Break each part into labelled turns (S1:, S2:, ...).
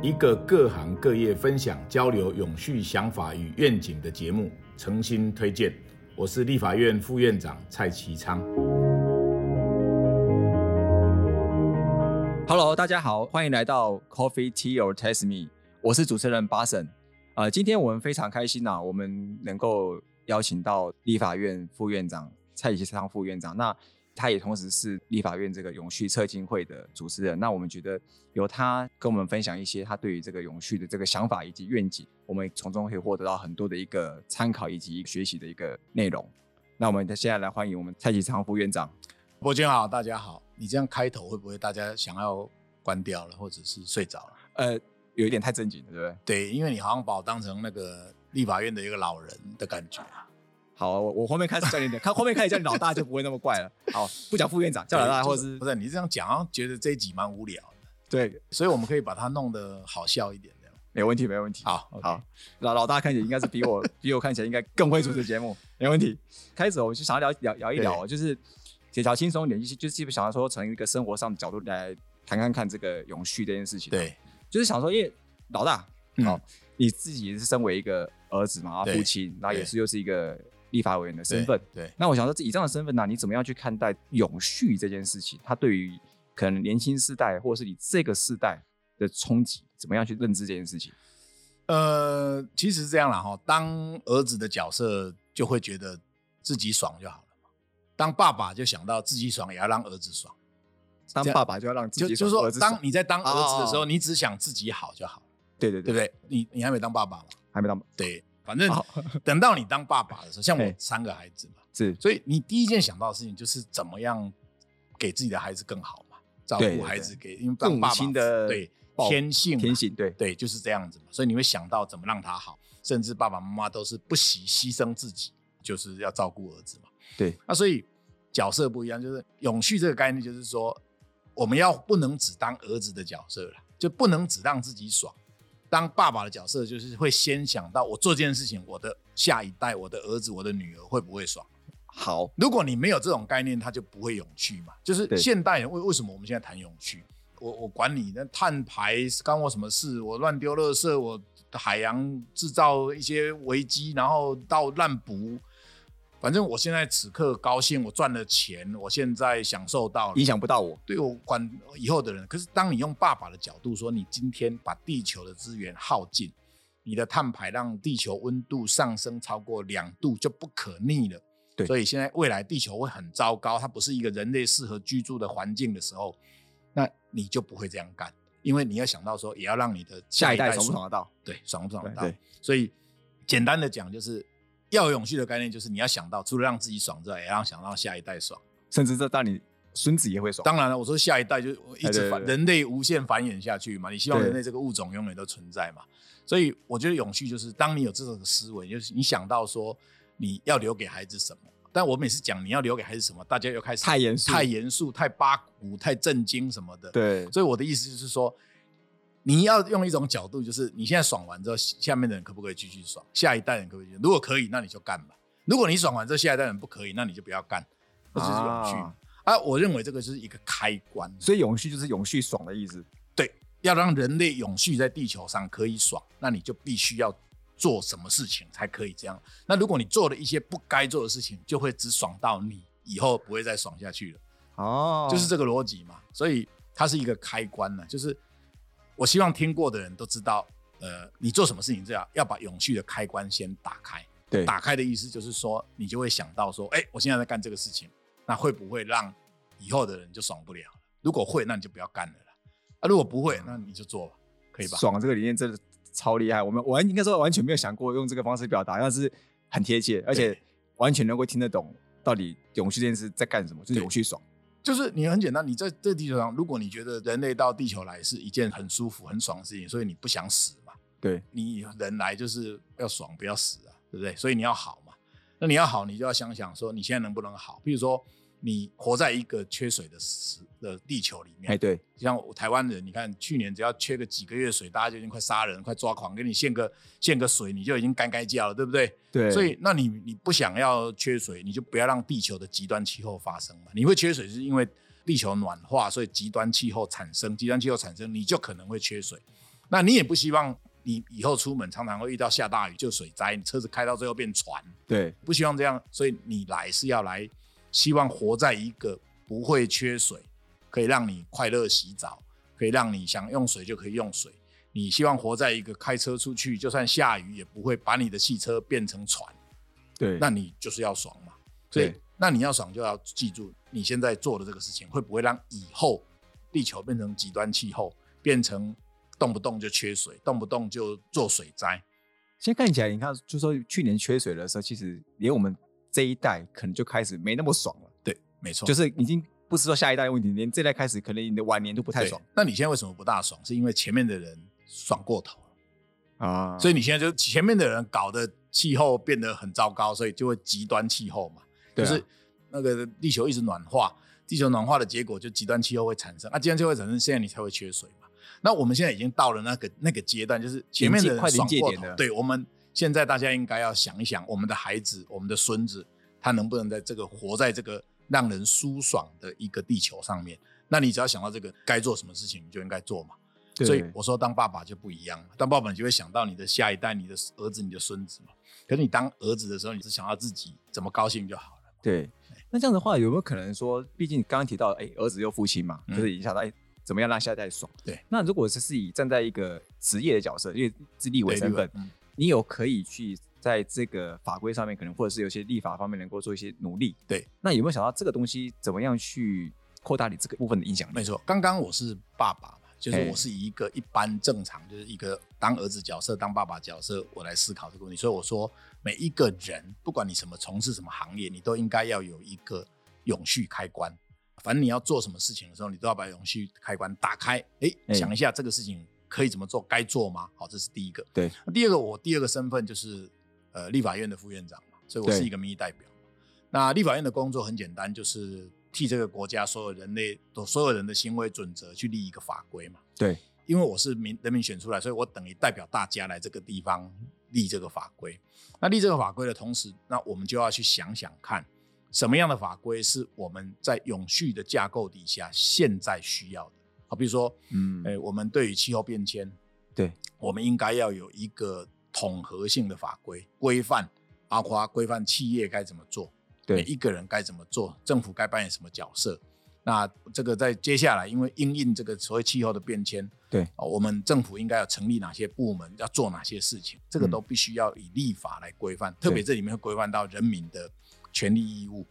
S1: 一个各行各业分享交流永续想法与愿景的节目，诚心推荐。我是立法院副院长蔡其昌。
S2: Hello，大家好，欢迎来到 Coffee Tea or Test Me，我是主持人巴神。呃，今天我们非常开心呐、啊我们能够邀请到立法院副院长蔡其昌副院长，那他也同时是立法院这个永续策进会的主持人。那我们觉得由他跟我们分享一些他对于这个永续的这个想法以及愿景，我们从中可以获得到很多的一个参考以及学习的一个内容。那我们现在来欢迎我们蔡其昌副院长。
S3: 伯君好，大家好。你这样开头会不会大家想要关掉了，或者是睡着了？
S2: 呃，有一点太正经了，对不对？
S3: 对，因为你好像把我当成那个立法院的一个老人的感觉。
S2: 好，我我后面开始叫你，看后面开始叫你老大就不会那么怪了。好，不讲副院长， 叫老大，
S3: 对就
S2: 或
S3: 是
S2: 是
S3: 不是你这样讲，好像觉得这一集蛮无聊的，
S2: 对，
S3: 所以我们可以把它弄得好笑一点这样。
S2: 没问题，没问题。
S3: 好
S2: 好，老老大看起来应该是比我比我看起来应该更会主持节目，没问题。开始我就想要聊聊聊一聊，就是比较轻松一点，就是就是基本想要说从一个生活上的角度来谈看看这个永续这件事情。，
S3: 对，
S2: 就是想说，因为老大，
S3: 嗯
S2: 好，你自己是身为一个儿子嘛，然后
S3: 对
S2: 父亲，然后也
S3: 对
S2: 是又是一个立法委员的
S3: 对
S2: 身份，
S3: 对，
S2: 那我想说，这以这样的身份呢、你怎么样去看待永续这件事情？它对于可能年轻世代，或者是你这个世代的冲击，怎么样去认知这件事情？
S3: 呃，其实是这样啦哈，当儿子的角色就会觉得自己爽就好了嘛，当爸爸就想到自己爽，也要让儿子爽。
S2: 当
S3: 这样
S2: 爸爸就要让自
S3: 就
S2: 己
S3: 就是
S2: 爽
S3: 说
S2: 儿，子爽
S3: 当你在当儿子的时
S2: 哦
S3: 候，你只想自己好就好了，
S2: 对对对，
S3: 对不对？你你还没当爸爸嘛？
S2: 还没当
S3: 对，反正
S2: 好
S3: 等到你当爸爸的时候，像
S2: 嘿
S3: 我三个孩子嘛，
S2: 是
S3: 所以你第一件想到的事情就是怎么样给自己的孩子更好嘛，照
S2: 对
S3: 顾
S2: 对
S3: 孩子给，因为
S2: 父
S3: 当
S2: 母
S3: 爸爸
S2: 亲的
S3: 对
S2: 报
S3: 天性嘛
S2: 天性，对
S3: 对就是这样子嘛，所以你会想到怎么让他好，甚至爸爸妈妈都是不惜牺牲自己，就是要照顾儿子嘛。
S2: 对，
S3: 那所以角色不一样，就是永续这个概念，就是说我们要不能只当儿子的角色了，就不能只让自己爽。当爸爸的角色就是会先想到我做这件事情，我的下一代、我的儿子、我的女儿会不会爽。
S2: 好，
S3: 如果你没有这种概念，它就不会永续嘛。就是
S2: 对
S3: 现代人为为什么我们现在谈永续？我我管你那碳排干我什么事？我乱丢垃圾，我海洋制造一些危机，然后到滥捕。反正我现在此刻高兴，我赚了钱，我现在享受到了
S2: 影响不到我，
S3: 对我管以后的人。可是当你用爸爸的角度说，你今天把地球的资源耗尽，你的碳排让地球温度上升超过两度就不可逆了。
S2: 对
S3: 所以现在未来地球会很糟糕，它不是一个人类适合居住的环境的时候，那你就不会这样干，因为你要想到说，也要让你的
S2: 下
S3: 一
S2: 一代
S3: 代
S2: 爽不爽得到？
S3: 对，爽不爽得
S2: 对
S3: 到
S2: 对。
S3: 所以简单的讲，就是要有永续的概念，就是你要想到，除了让自己爽之外，也要想到下一代爽。
S2: 甚至这让你孙子也会爽。
S3: 当然了，我说下一代就一
S2: 哎对
S3: 直繁
S2: 对对
S3: 人类无限繁衍下去嘛，你希望
S2: 对
S3: 人类这个物种永远都存在嘛。所以我觉得永续就是当你有这种思维，就是你想到说你要留给孩子什么。但我每次讲你要留给孩子什么，大家又开始
S2: 太严肃
S3: 太严肃、太八股、太震惊什么的。，
S2: 对，
S3: 所以我的意思就是说，你要用一种角度，就是你现在爽完之后，下面的人可不可以继续爽？下一代人可不可以继续？如果可以，那你就干吧；如果你爽完之后，下一代人不可以，那你就不要干。这就是永续嘛。
S2: 啊
S3: 啊，我认为这个就是一个开关，
S2: 所以永续就是永续爽的意思。
S3: 对，要让人类永续在地球上可以爽，那你就必须要做什么事情才可以这样。那如果你做了一些不该做的事情，就会只爽到你以后不会再爽下去了，
S2: 哦，
S3: 就是这个逻辑嘛。所以它是一个开关呢、就是我希望听过的人都知道，呃，你做什么事情这样要把永续的开关先打开。
S2: 对
S3: 打开的意思就是说，你就会想到说，哎、我现在在干这个事情，那会不会让以后的人就爽不了？如果会，那你就不要干了啦。啊，如果不会，那你就做吧，可以吧？
S2: 爽这个理念真的超厉害，我们完应该说完全没有想过用这个方式表达，但是很贴切，而且完全能够听得懂到底永续这件事在干什么，就是
S3: 对
S2: 永续爽。
S3: 就是你很简单，你在这地球上，如果你觉得人类到地球来是一件很舒服、很爽的事情，所以你不想死嘛，
S2: 对，
S3: 你人来就是要爽，不要死啊，对不对？所以你要好嘛。那你要好，你就要想想说你现在能不能好。比如说，你活在一个缺水的时的地球里面
S2: 哎，，对，
S3: 像我台湾人，你看去年只要缺个几个月水，大家就已经快杀人、快抓狂，给你限个限个水，你就已经干干叫了，对不对？
S2: 对，
S3: 所以，那你你不想要缺水，你就不要让地球的极端气候发生嘛。你会缺水，是因为地球暖化，所以极端气候产生，极端气候产生，你就可能会缺水。那你也不希望你以后出门常常会遇到下大雨就水灾，你车子开到最后变船，
S2: 对
S3: 不希望这样，所以你来是要来，希望活在一个不会缺水，可以让你快乐洗澡，可以让你想用水就可以用水。你希望活在一个开车出去，就算下雨也不会把你的汽车变成船，
S2: 对，
S3: 那你就是要爽嘛。所以
S2: 对，
S3: 那你要爽就要记住，你现在做的这个事情会不会让以后地球变成极端气候，变成动不动就缺水，动不动就做水灾？
S2: 现在看起来，你看，就说去年缺水的时候，其实连我们这一代可能就开始没那么爽了，
S3: 对，没错，
S2: 就是已经不是说下一代的问题，连这一代开始，可能你的晚年都不太
S3: 对
S2: 爽。
S3: 那你现在为什么不大爽？是因为前面的人爽过头了，
S2: 啊。
S3: 所
S2: 以
S3: 以你现在就前面的人搞得气候变得很糟糕，所以就会极端气候嘛，
S2: 啊
S3: 就是那个地球一直暖化，地球暖化的结果就极端气候会产生，那啊极端气候会产生，现在你才会缺水嘛。那我们现在已经到了那个那个阶段，就是前面的
S2: 临界快
S3: 人
S2: 临
S3: 爽
S2: 界
S3: 过
S2: 点
S3: 头
S2: 了，
S3: 对我们现在大家应该要想一想，我们的孩子、我们的孙子，他能不能在这个活在这个让人舒爽的一个地球上面？那你只要想到这个该做什么事情，你就应该做嘛。所以我说当爸爸就不一样了，当爸爸你就会想到你的下一代、你的儿子、你的孙子嘛。可是你当儿子的时候，你只想到自己怎么高兴就好了。
S2: 对，哎那这样的话，有没有可能说，毕竟刚刚提到，哎、儿子又父亲嘛，
S3: 嗯
S2: 就是影响到哎、怎么样让下一代爽？
S3: 对，
S2: 那如果是是以站在一个职业的角色，因为是立委
S3: 对
S2: 身
S3: 立委
S2: 份，
S3: 嗯
S2: 你有可以去在这个法规上面，可能或者是有些立法方面能够做一些努力。
S3: 对，
S2: 那有没有想到这个东西怎么样去扩大你这个部分的影响
S3: 没
S2: 力？
S3: 错，刚刚我是爸爸嘛，就是
S2: 哎
S3: 我是以一个一般正常，就是一个当儿子角色、当爸爸角色，我来思考这个问题。所以我说，每一个人，不管你什么从事什么行业，你都应该要有一个永续开关。反正你要做什么事情的时候，你都要把永续开关打开，哎、
S2: 哎
S3: 想一下这个事情可以怎么做，该做吗？好，这是第一个。
S2: 对，
S3: 那第二个，我第二个身份就是呃立法院的副院长嘛，所以我
S2: 对
S3: 是一个民意代表。那立法院的工作很简单，就是替这个国家所有人类、所有人的行为准则去立一个法规嘛。
S2: 对，
S3: 因为我是民人民选出来，所以我等于代表大家来这个地方立这个法规。那立这个法规的同时，那我们就要去想想看，什么样的法规是我们在永续的架构底下现在需要的。好，比如说，
S2: 嗯，
S3: 诶、我们对于气候变迁，
S2: 对，
S3: 我们应该要有一个统合性的法规规范，包括规范企业该怎么做，
S2: 对，
S3: 每一个人该怎么做，政府该扮演什么角色。那这个在接下来，因为因应这个所谓气候的变迁，
S2: 对
S3: 啊我们政府应该要成立哪些部门，要做哪些事情，这个
S2: 嗯
S3: 都必须要以立法来规范。特别这里面会规范到人民的权利义务。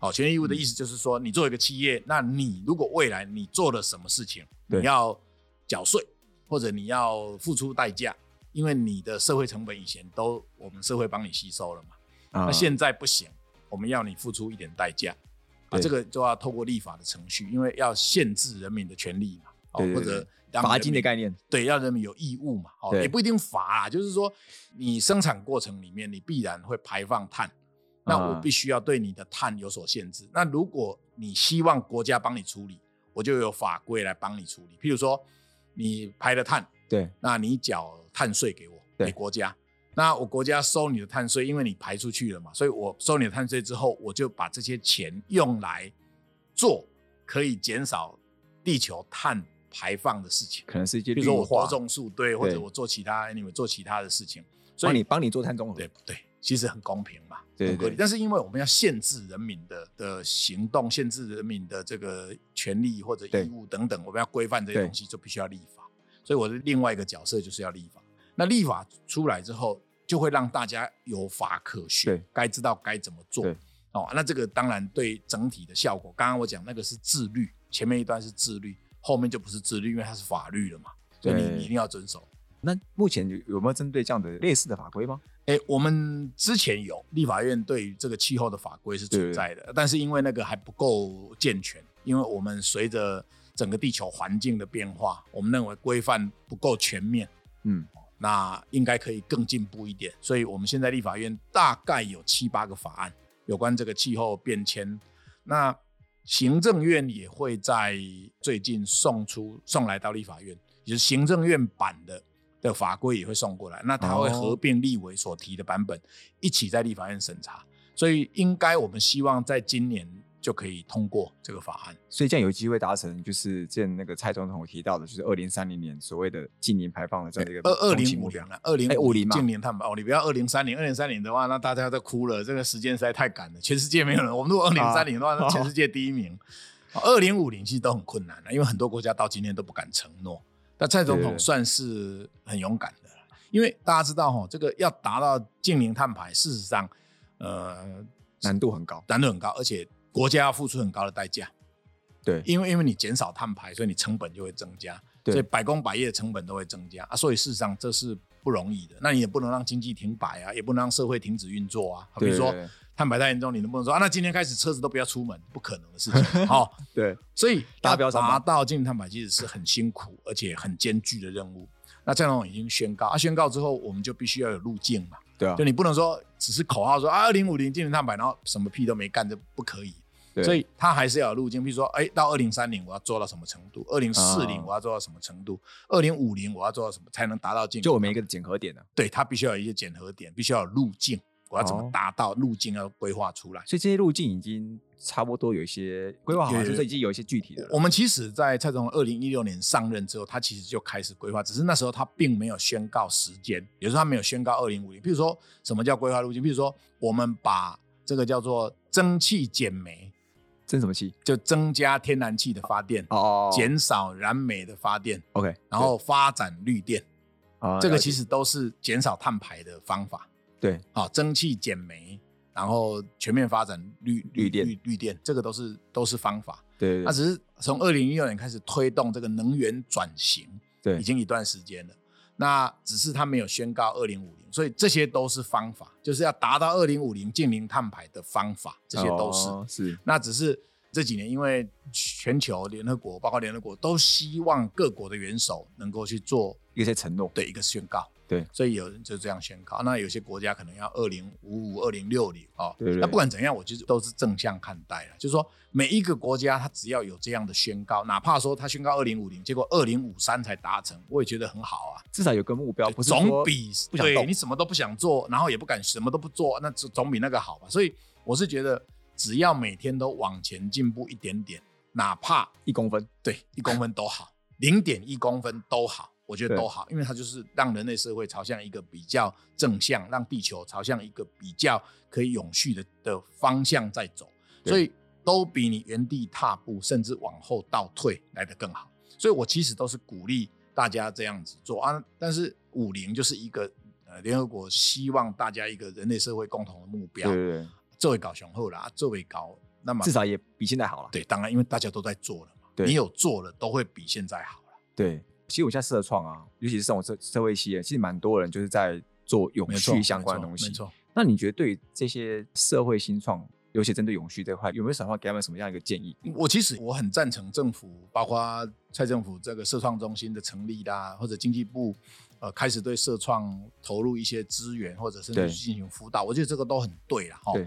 S3: 好，权利义务的
S2: 嗯
S3: 意思就是说，你做一个企业，那你如果未来你做了什么事情，
S2: 对
S3: 你要缴税，或者你要付出代价，因为你的社会成本以前都我们社会帮你吸收了嘛。
S2: 那
S3: 那现在不行，我们要你付出一点代价啊，
S2: 对
S3: 这个就要透过立法的程序，因为要限制人民的权利嘛，哦
S2: 对对
S3: 或
S2: 对
S3: 者让
S2: 罚
S3: 人
S2: 金的
S3: 民
S2: 概念，
S3: 对，让人民有义务嘛，哦，
S2: 对
S3: 也不一定罚啦，就是说你生产过程里面你必然会排放碳，那
S2: 啊
S3: 我必须要对你的碳有所限制。那如果你希望国家帮你处理，我就有法规来帮你处理，譬如说你排了碳，
S2: 对
S3: 那你缴碳税给我，
S2: 对
S3: 给国家。那我国家收你的碳税，因为你排出去了嘛，所以我收你的碳税之后，我就把这些钱用来做可以减少地球碳排放的事情，
S2: 可能是一些
S3: 比
S2: 绿
S3: 如说我
S2: 化
S3: 多，种树，对，或者
S2: 对
S3: 我做其他你们做其他的事情，所
S2: 帮
S3: 以
S2: 你帮你做碳中和，
S3: 对不对？其实很公平嘛，
S2: 对
S3: 很合
S2: 对
S3: 理。但是因为我们要限制人民的的行动，限制人民的这个权利或者
S2: 对
S3: 义务等等，我们要规范这些
S2: 对
S3: 东西，就必须要立法。所以我的另外一个角色就是要立法。那立法出来之后，就会让大家有法可循
S2: 对，
S3: 该知道该怎么做
S2: 对。
S3: 哦，那这个当然对整体的效果，刚刚我讲那个是自律，前面一段是自律，后面就不是自律，因为它是法律了嘛，所以你
S2: 对
S3: 你一定要遵守。
S2: 那目前有有没有针对这样的类似的法规吗？
S3: 哎、我们之前有立法院对于这个气候的法规是存在的，但是因为那个还不够健全，因为我们随着整个地球环境的变化，我们认为规范不够全面，
S2: 嗯，
S3: 那应该可以更进步一点。所以我们现在立法院大概有七八个法案有关这个气候变迁，那行政院也会在最近送出送来到立法院，也就是行政院版的的法规也会送过来，那它会
S2: 哦
S3: 合并立委所提的版本一起在立法院审查，所以应该我们希望在今年就可以通过这个法案。
S2: 所以这样有机会达成，就是之前那个蔡总统提到的，就是二零三零年所谓的近零排放的这样的一个
S3: 二二
S2: 终极
S3: 零
S2: 目
S3: 五
S2: 标
S3: 零了，二零
S2: 哎50嘛
S3: 近零碳排哦，你不要二零三零，二零三零的话，那大家都哭了，这个时间实在太赶了，全世界没有人。我们如果二零三零的话，
S2: 啊
S3: 那全世界第一名。哦二零五零其实都很困难啊了，因为很多国家到今天都不敢承诺。但蔡总
S2: 对
S3: 统算是很勇敢的了，因为大家知道哈、这个要达到近零碳排，事实上，呃，
S2: 难度很高。
S3: 难度很高，而且国家要付出很高的代价。
S2: 对
S3: 因为因为你减少碳排，所以你成本就会增加，
S2: 对
S3: 所以百工百业的成本都会增加啊。所以事实上这是不容易的。那你也不能让经济停摆啊，也不能让社会停止运作啊。好比
S2: 对
S3: 如说
S2: 对
S3: 碳排太严重，你能不能说啊？那今天开始车子都不要出门，不可能的 事情。好、
S2: 对，
S3: 所以
S2: 达
S3: 要
S2: 标三
S3: 达
S2: 吧
S3: 到净零碳排其实是很辛苦而且很艰巨的任务。那蔡总统已经宣告，啊，宣告之后我们就必须要有路径嘛，
S2: 对啊
S3: 就，你不能说只是口号说啊，二零五零净零碳排，然后什么屁都没干，这不可以。
S2: 对
S3: 所以它还是要有路径，比如说，哎，到二零三零我要做到什么程度，二零四零
S2: 啊
S3: 我要做到什么程度，二零五零我要做到什么才能达到净零碳排？
S2: 就我们一个检核点呢、啊。
S3: 对它必须要有一些检核点，必须要有路径，我要怎
S2: 哦
S3: 么达到路径要规划出来。
S2: 所以这些路径已经差不多有一些规划好了，
S3: 有有
S2: 就是已经有一些具体的
S3: 我
S2: 了。
S3: 我们其实，在蔡总统二零一六年上任之后，他其实就开始规划，只是那时候他并没有宣告时间，也就是他没有宣告二零五零。譬如说，什么叫规划路径？譬如说，我们把这个叫做蒸汽减煤，
S2: 争什么气？
S3: 就增加天然气的发电，
S2: 哦哦，哦
S3: 减少燃煤的发电，
S2: OK，
S3: 然后发展绿电，
S2: 对啊，
S3: 这个
S2: 了解
S3: 其实都是减少碳排的方法。
S2: 对
S3: 啊，蒸汽减煤，然后全面发展绿
S2: 绿电
S3: 绿绿电，这个都是都是方法。
S2: 对
S3: 它
S2: 对
S3: 只是从二零一六年开始推动这个能源转型，
S2: 对
S3: 已经一段时间了。那只是它没有宣告二零五零，所以这些都是方法，就是要达到二零五零净零碳排的方法，这些都是。
S2: 哦是
S3: 那只是这几年因为全球联合国，包括联合国都希望各国的元首能够去做
S2: 一些承诺。
S3: 的一个宣告。
S2: 对
S3: 所以有人就这样宣告。那有些国家可能要二零五五、二零六零哦。
S2: 对对
S3: 那不管怎样，我其实都是正向看待了。就是说，每一个国家它只要有这样的宣告，哪怕说它宣告二零五零，结果二零五三才达成，我也觉得很好啊。
S2: 至少有个目标，哦不是
S3: 总
S2: 说
S3: 比
S2: 不想
S3: 对
S2: 动
S3: 你什么都不想做，然后也不敢什么都不做，那总总比那个好吧。所以我是觉得，只要每天都往前进步一点点，哪怕
S2: 一公分。
S3: 对，一公分都好，零点一公分都好，我觉得
S2: 对
S3: 都好，因为它就是让人类社会朝向一个比较正向，让地球朝向一个比较可以永续的的方向在走，
S2: 对
S3: 所以都比你原地踏步，甚至往后倒退来得更好。所以我其实都是鼓励大家这样子做啊，但是五零就是一个呃联合国希望大家一个人类社会共同的目
S2: 对
S3: 标，
S2: 对对，
S3: 作为搞雄厚啦，作为搞那么
S2: 至少也比现在好了。
S3: 对，当然因为大家都在做了嘛，
S2: 对
S3: 你有做了都会比现在好。
S2: 对，其实我现在社创啊，尤其是这种社社会企业，其实蛮多人就是在做永
S3: 没错
S2: 续相关的
S3: 没
S2: 东
S3: 错
S2: 西
S3: 没。错，
S2: 那你觉得对于这些社会新创，尤其针对永续这块，有没有什么给他们什么样一个建议？
S3: 我其实我很赞成政府，包括蔡政府这个社创中心的成立啦，或者经济部呃开始对社创投入一些资源，或者甚
S2: 对
S3: 至去进行辅导，我觉得这个都很对啦。哈
S2: 对。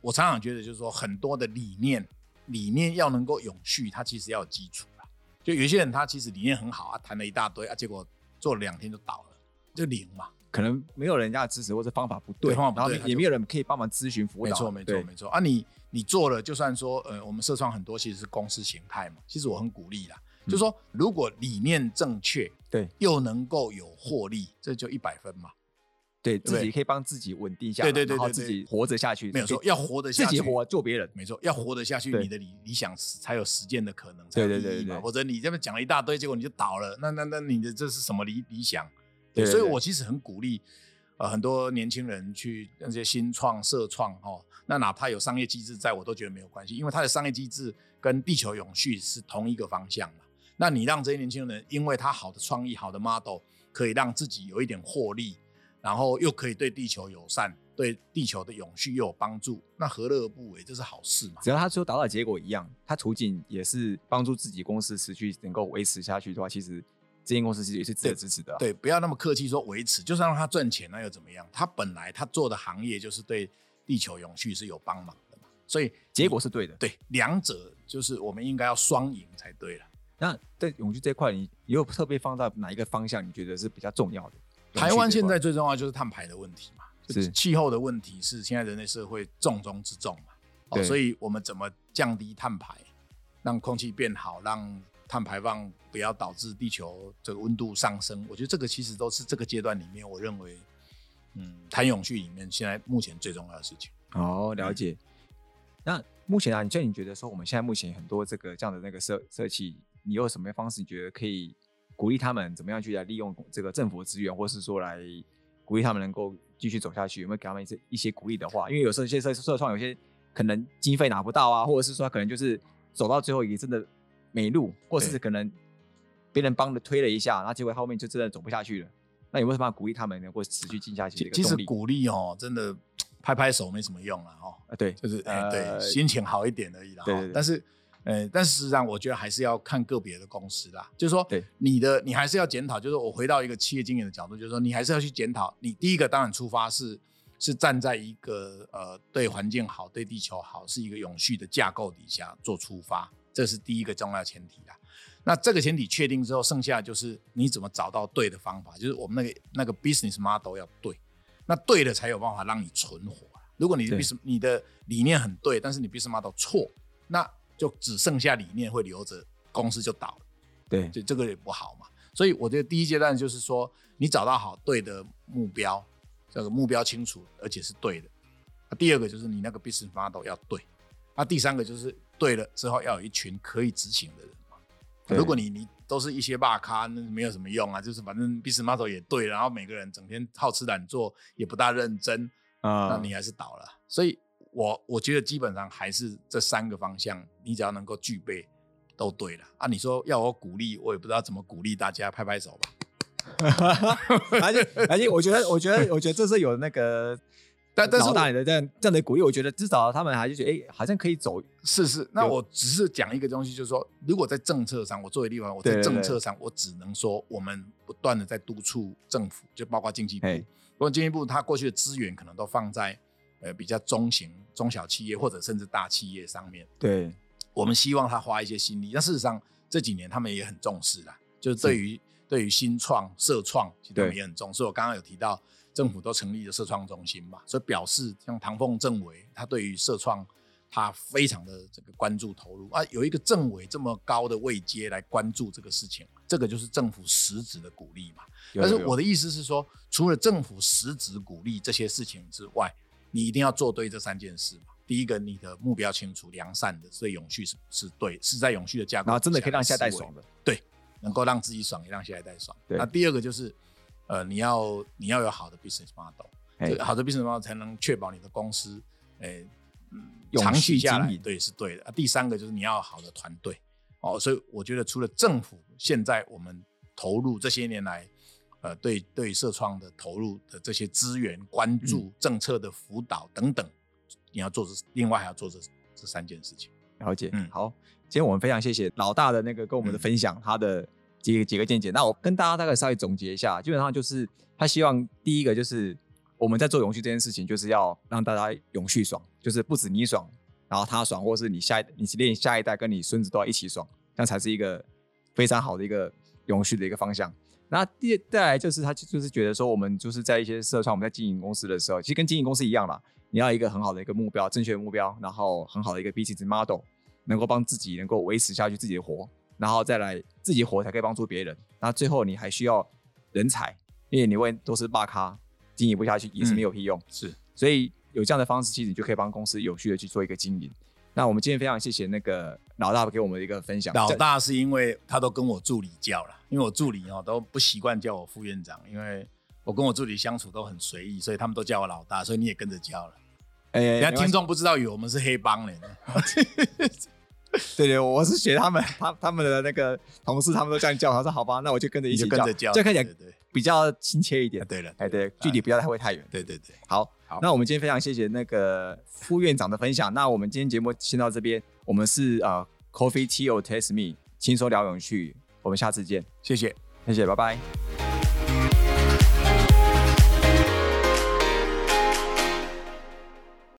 S3: 我常常觉得就是说很多的理念，理念要能够永续，它其实要有基础啦。就有一些人他其实理念很好啊，谈了一大堆啊，结果做了两天就倒了，就零嘛。
S2: 可能没有人家的支持，或者方法不对，
S3: 对方法不对
S2: 然后
S3: 他
S2: 也
S3: 就
S2: 没有人可以帮忙咨询辅导。
S3: 没错，没错，
S2: 对
S3: 没错啊你！你做了，就算说呃，我们社创很多其实是公司形态嘛，其实我很鼓励啦，
S2: 嗯
S3: 就说如果理念正确，
S2: 对，
S3: 又能够有获利，这就一百分嘛。
S2: 对
S3: 对
S2: 自己可以帮自己稳定下来，
S3: 对对对对
S2: 然后
S3: 对
S2: 自己活着下去，
S3: 没有说要活得
S2: 自
S3: 下去，
S2: 己活救别人，
S3: 没错，要活得下去，
S2: 对
S3: 你的理理想才有实践的可能，才
S2: 对对
S3: 有意义嘛。
S2: 对对对
S3: 或者你这边讲了一大堆，结果你就倒了，那那那你的这是什么理理想？
S2: 对对
S3: 所以
S2: 对
S3: 我其实很鼓励。呃，很多年轻人去那些新创、社创哦，那哪怕有商业机制在，我都觉得没有关系，因为它的商业机制跟地球永续是同一个方向嘛。那你让这些年轻人，因为他好的创意、好的 model，可以让自己有一点获利，然后又可以对地球友善，对地球的永续又有帮助，那何乐而不为？这是好事嘛？
S2: 只要他最后达到的结果一样，他途径也是帮助自己公司持续能够维持下去的话，其实这间公司其实也是值得
S3: 对
S2: 支持的啊、
S3: 对，不要那么客气，说维持，就算让他赚钱，那又怎么样？他本来他做的行业就是对地球永续是有帮忙的嘛，所以
S2: 结果是对的。
S3: 对两者就是我们应该要双赢才对了。
S2: 那在永续这块，你有特别放到哪一个方向？你觉得是比较重要的？
S3: 台湾现在
S2: 永续
S3: 最重要就是碳排的问题嘛，
S2: 是
S3: 气候的问题是现在人类社会重中之重嘛。哦，
S2: 对
S3: 所以我们怎么降低碳排，让空气变好，让碳排放不要导致地球这个温度上升？我觉得这个其实都是这个阶段里面，我认为，嗯，谈永续里面现在目前最重要的事情。
S2: 哦，
S3: 嗯
S2: 了解。那目前啊，你所以你觉得说我们现在目前很多这个这样的那个社社企，你有什么方式你觉得可以鼓励他们怎么样去来利用这个政府的资源，或是说来鼓励他们能够继续走下去？有没有给他们一些一些鼓励的话？因为有时候一些社社创有些可能经费拿不到啊，或者是说他可能就是走到最后也真的没路，或者是
S3: 对
S2: 可能别人帮着推了一下，然后结果后面就真的走不下去了。那有没有办法鼓励他们能够持续进下去的
S3: 其
S2: 一个
S3: 其
S2: 动
S3: 实
S2: 力？
S3: 鼓励哦，真的拍拍手没什么用了哦，
S2: 啊，对，
S3: 就是、哎
S2: 呃
S3: 对心情好一点而已啦。
S2: 对对
S3: 哦
S2: 对
S3: 但是，呃，但事实上我觉得还是要看个别的公司啦。就是说
S2: 对，
S3: 你的你还是要检讨，就是我回到一个企业经营的角度，就是说你还是要去检讨。你第一个当然出发是是站在一个呃对环境好、对地球好，是一个永续的架构底下做出发，这是第一个重要前提啦。那这个前提确定之后，剩下就是你怎么找到对的方法，就是我们那个那个 business model 要对，那对的才有办法让你存活啊。如果你的
S2: 对
S3: business 你的理念很对，但是你 business model 错，那就只剩下理念会留着，公司就倒了。
S2: 对，
S3: 这这个也不好嘛。所以我觉得第一阶段就是说，你找到好对的目标，这个目标清楚而且是对的。那第二个就是你那个 business model 要对，那第三个就是对了之后要有一群可以执行的人嘛。
S2: 对
S3: 如果你你都是一些大咖，那没有什么用啊。就是反正 business model 也对，然后每个人整天好吃懒做，也不大认真，
S2: 啊
S3: 那你还是倒了。所以我我觉得基本上还是这三个方向，你只要能够具备，都对了啊。你说要我鼓励，我也不知道怎么鼓励大家，拍拍手吧。
S2: 而 且而且，我觉得，我觉得，我觉得这是有那个
S3: 但但是
S2: 老
S3: 我
S2: 大人的这样这样的鼓励，我觉得至少他们还是觉得，哎、好像可以走。
S3: 是是，那
S2: 有
S3: 我只是讲一个东西，就是说，如果在政策上，我作为立法委员，我
S2: 对
S3: 在
S2: 对
S3: 政
S2: 对
S3: 策上，我只能说，我们不断的在督促政府，就包括经济部
S2: 嘿，
S3: 不过进一步，它过去的资源可能都放在呃比较中型、中小企业或者甚至大企业上面。
S2: 对
S3: 我们希望他花一些心力。但事实上，这几年他们也很重视啦，就是对于对于新创、社创，其实他们
S2: 对
S3: 也很重视。我刚刚有提到，政府都成立了社创中心嘛，所以表示像唐凤政委，他对于社创他非常的这个关注投入啊，有一个政委这么高的位阶来关注这个事情，这个就是政府实质的鼓励嘛。
S2: 有
S3: 但是
S2: 有有
S3: 我的意思是说，除了政府实质鼓励这些事情之外，你一定要做对这三件事嘛。第一个，你的目标清楚、良善的，所以永续是是对，是在永续的架构，
S2: 然后真的可以让下一代爽，的，
S3: 能够让自己爽，也让下一代爽。
S2: 对
S3: 那第二个就是，呃，你要你要有好的 business model，
S2: 哎
S3: 这个好的 business model 才能确保你的公司，诶、嗯
S2: 永
S3: 长
S2: 续
S3: 期下
S2: 经
S3: 来
S2: 营
S3: 对是对的。啊、第三个就是你要有好的团队哦，所以我觉得除了政府，现在我们投入这些年来，呃，对对社创的投入的这些资源、关注、
S2: 嗯
S3: 政策的辅导等等，你要做这，另外还要做这这三件事情。
S2: 了解。
S3: 嗯
S2: 好，今天我们非常谢谢老大的那个跟我们的
S3: 嗯
S2: 分享，他的几个几个见解。那我跟大家大概稍微总结一下，基本上就是他希望第一个就是我们在做永续这件事情，就是要让大家永续爽，就是不止你爽，然后他爽，或是你下一你连下一代跟你孙子都要一起爽，这样才是一个非常好的一个永续的一个方向。那第再来就是他就就是觉得说，我们就是在一些社创，我们在经营公司的时候，其实跟经营公司一样啦，你要有一个很好的一个目标，正确的目标，然后很好的一个 business model，能够帮自己能够维持下去自己的活，然后再来自己活才可以帮助别人。那最后你还需要人才，因为你问都是大咖，经营不
S3: 嗯
S2: 下去也是没有屁用。
S3: 是，
S2: 所以有这样的方式，其实你就可以帮公司有序的去做一个经营。那我们今天非常谢谢那个老大给我们的一个分享，
S3: 老大是因为他都跟我助理叫了，因为我助理哦都不习惯叫我副院长，因为我跟我助理相处都很随意，所以他们都叫我老大，所以你也跟着叫了。
S2: 哎，
S3: 人家
S2: 没关
S3: 听
S2: 系
S3: 众不知道，以为我们是黑帮人。
S2: 对对，我是学他们， 他他们的那个同事，他们都这样叫，他说好吧，那我就跟着一
S3: 你
S2: 起
S3: 就
S2: 叫，
S3: 跟着叫，
S2: 这样看起
S3: 对
S2: 来
S3: 对
S2: 比较亲切一
S3: 对
S2: 点。
S3: 对啊了，
S2: 哎，对，距离不要太会太远。
S3: 对对对，
S2: 好，
S1: 好
S2: 那我们今天非常谢谢那个副院长的分享。那我们今天节目先到这边，我们是呃 Coffee Tea or Taste Me，轻松聊永续，我们下次见，
S3: 谢谢。
S2: 谢谢，拜拜。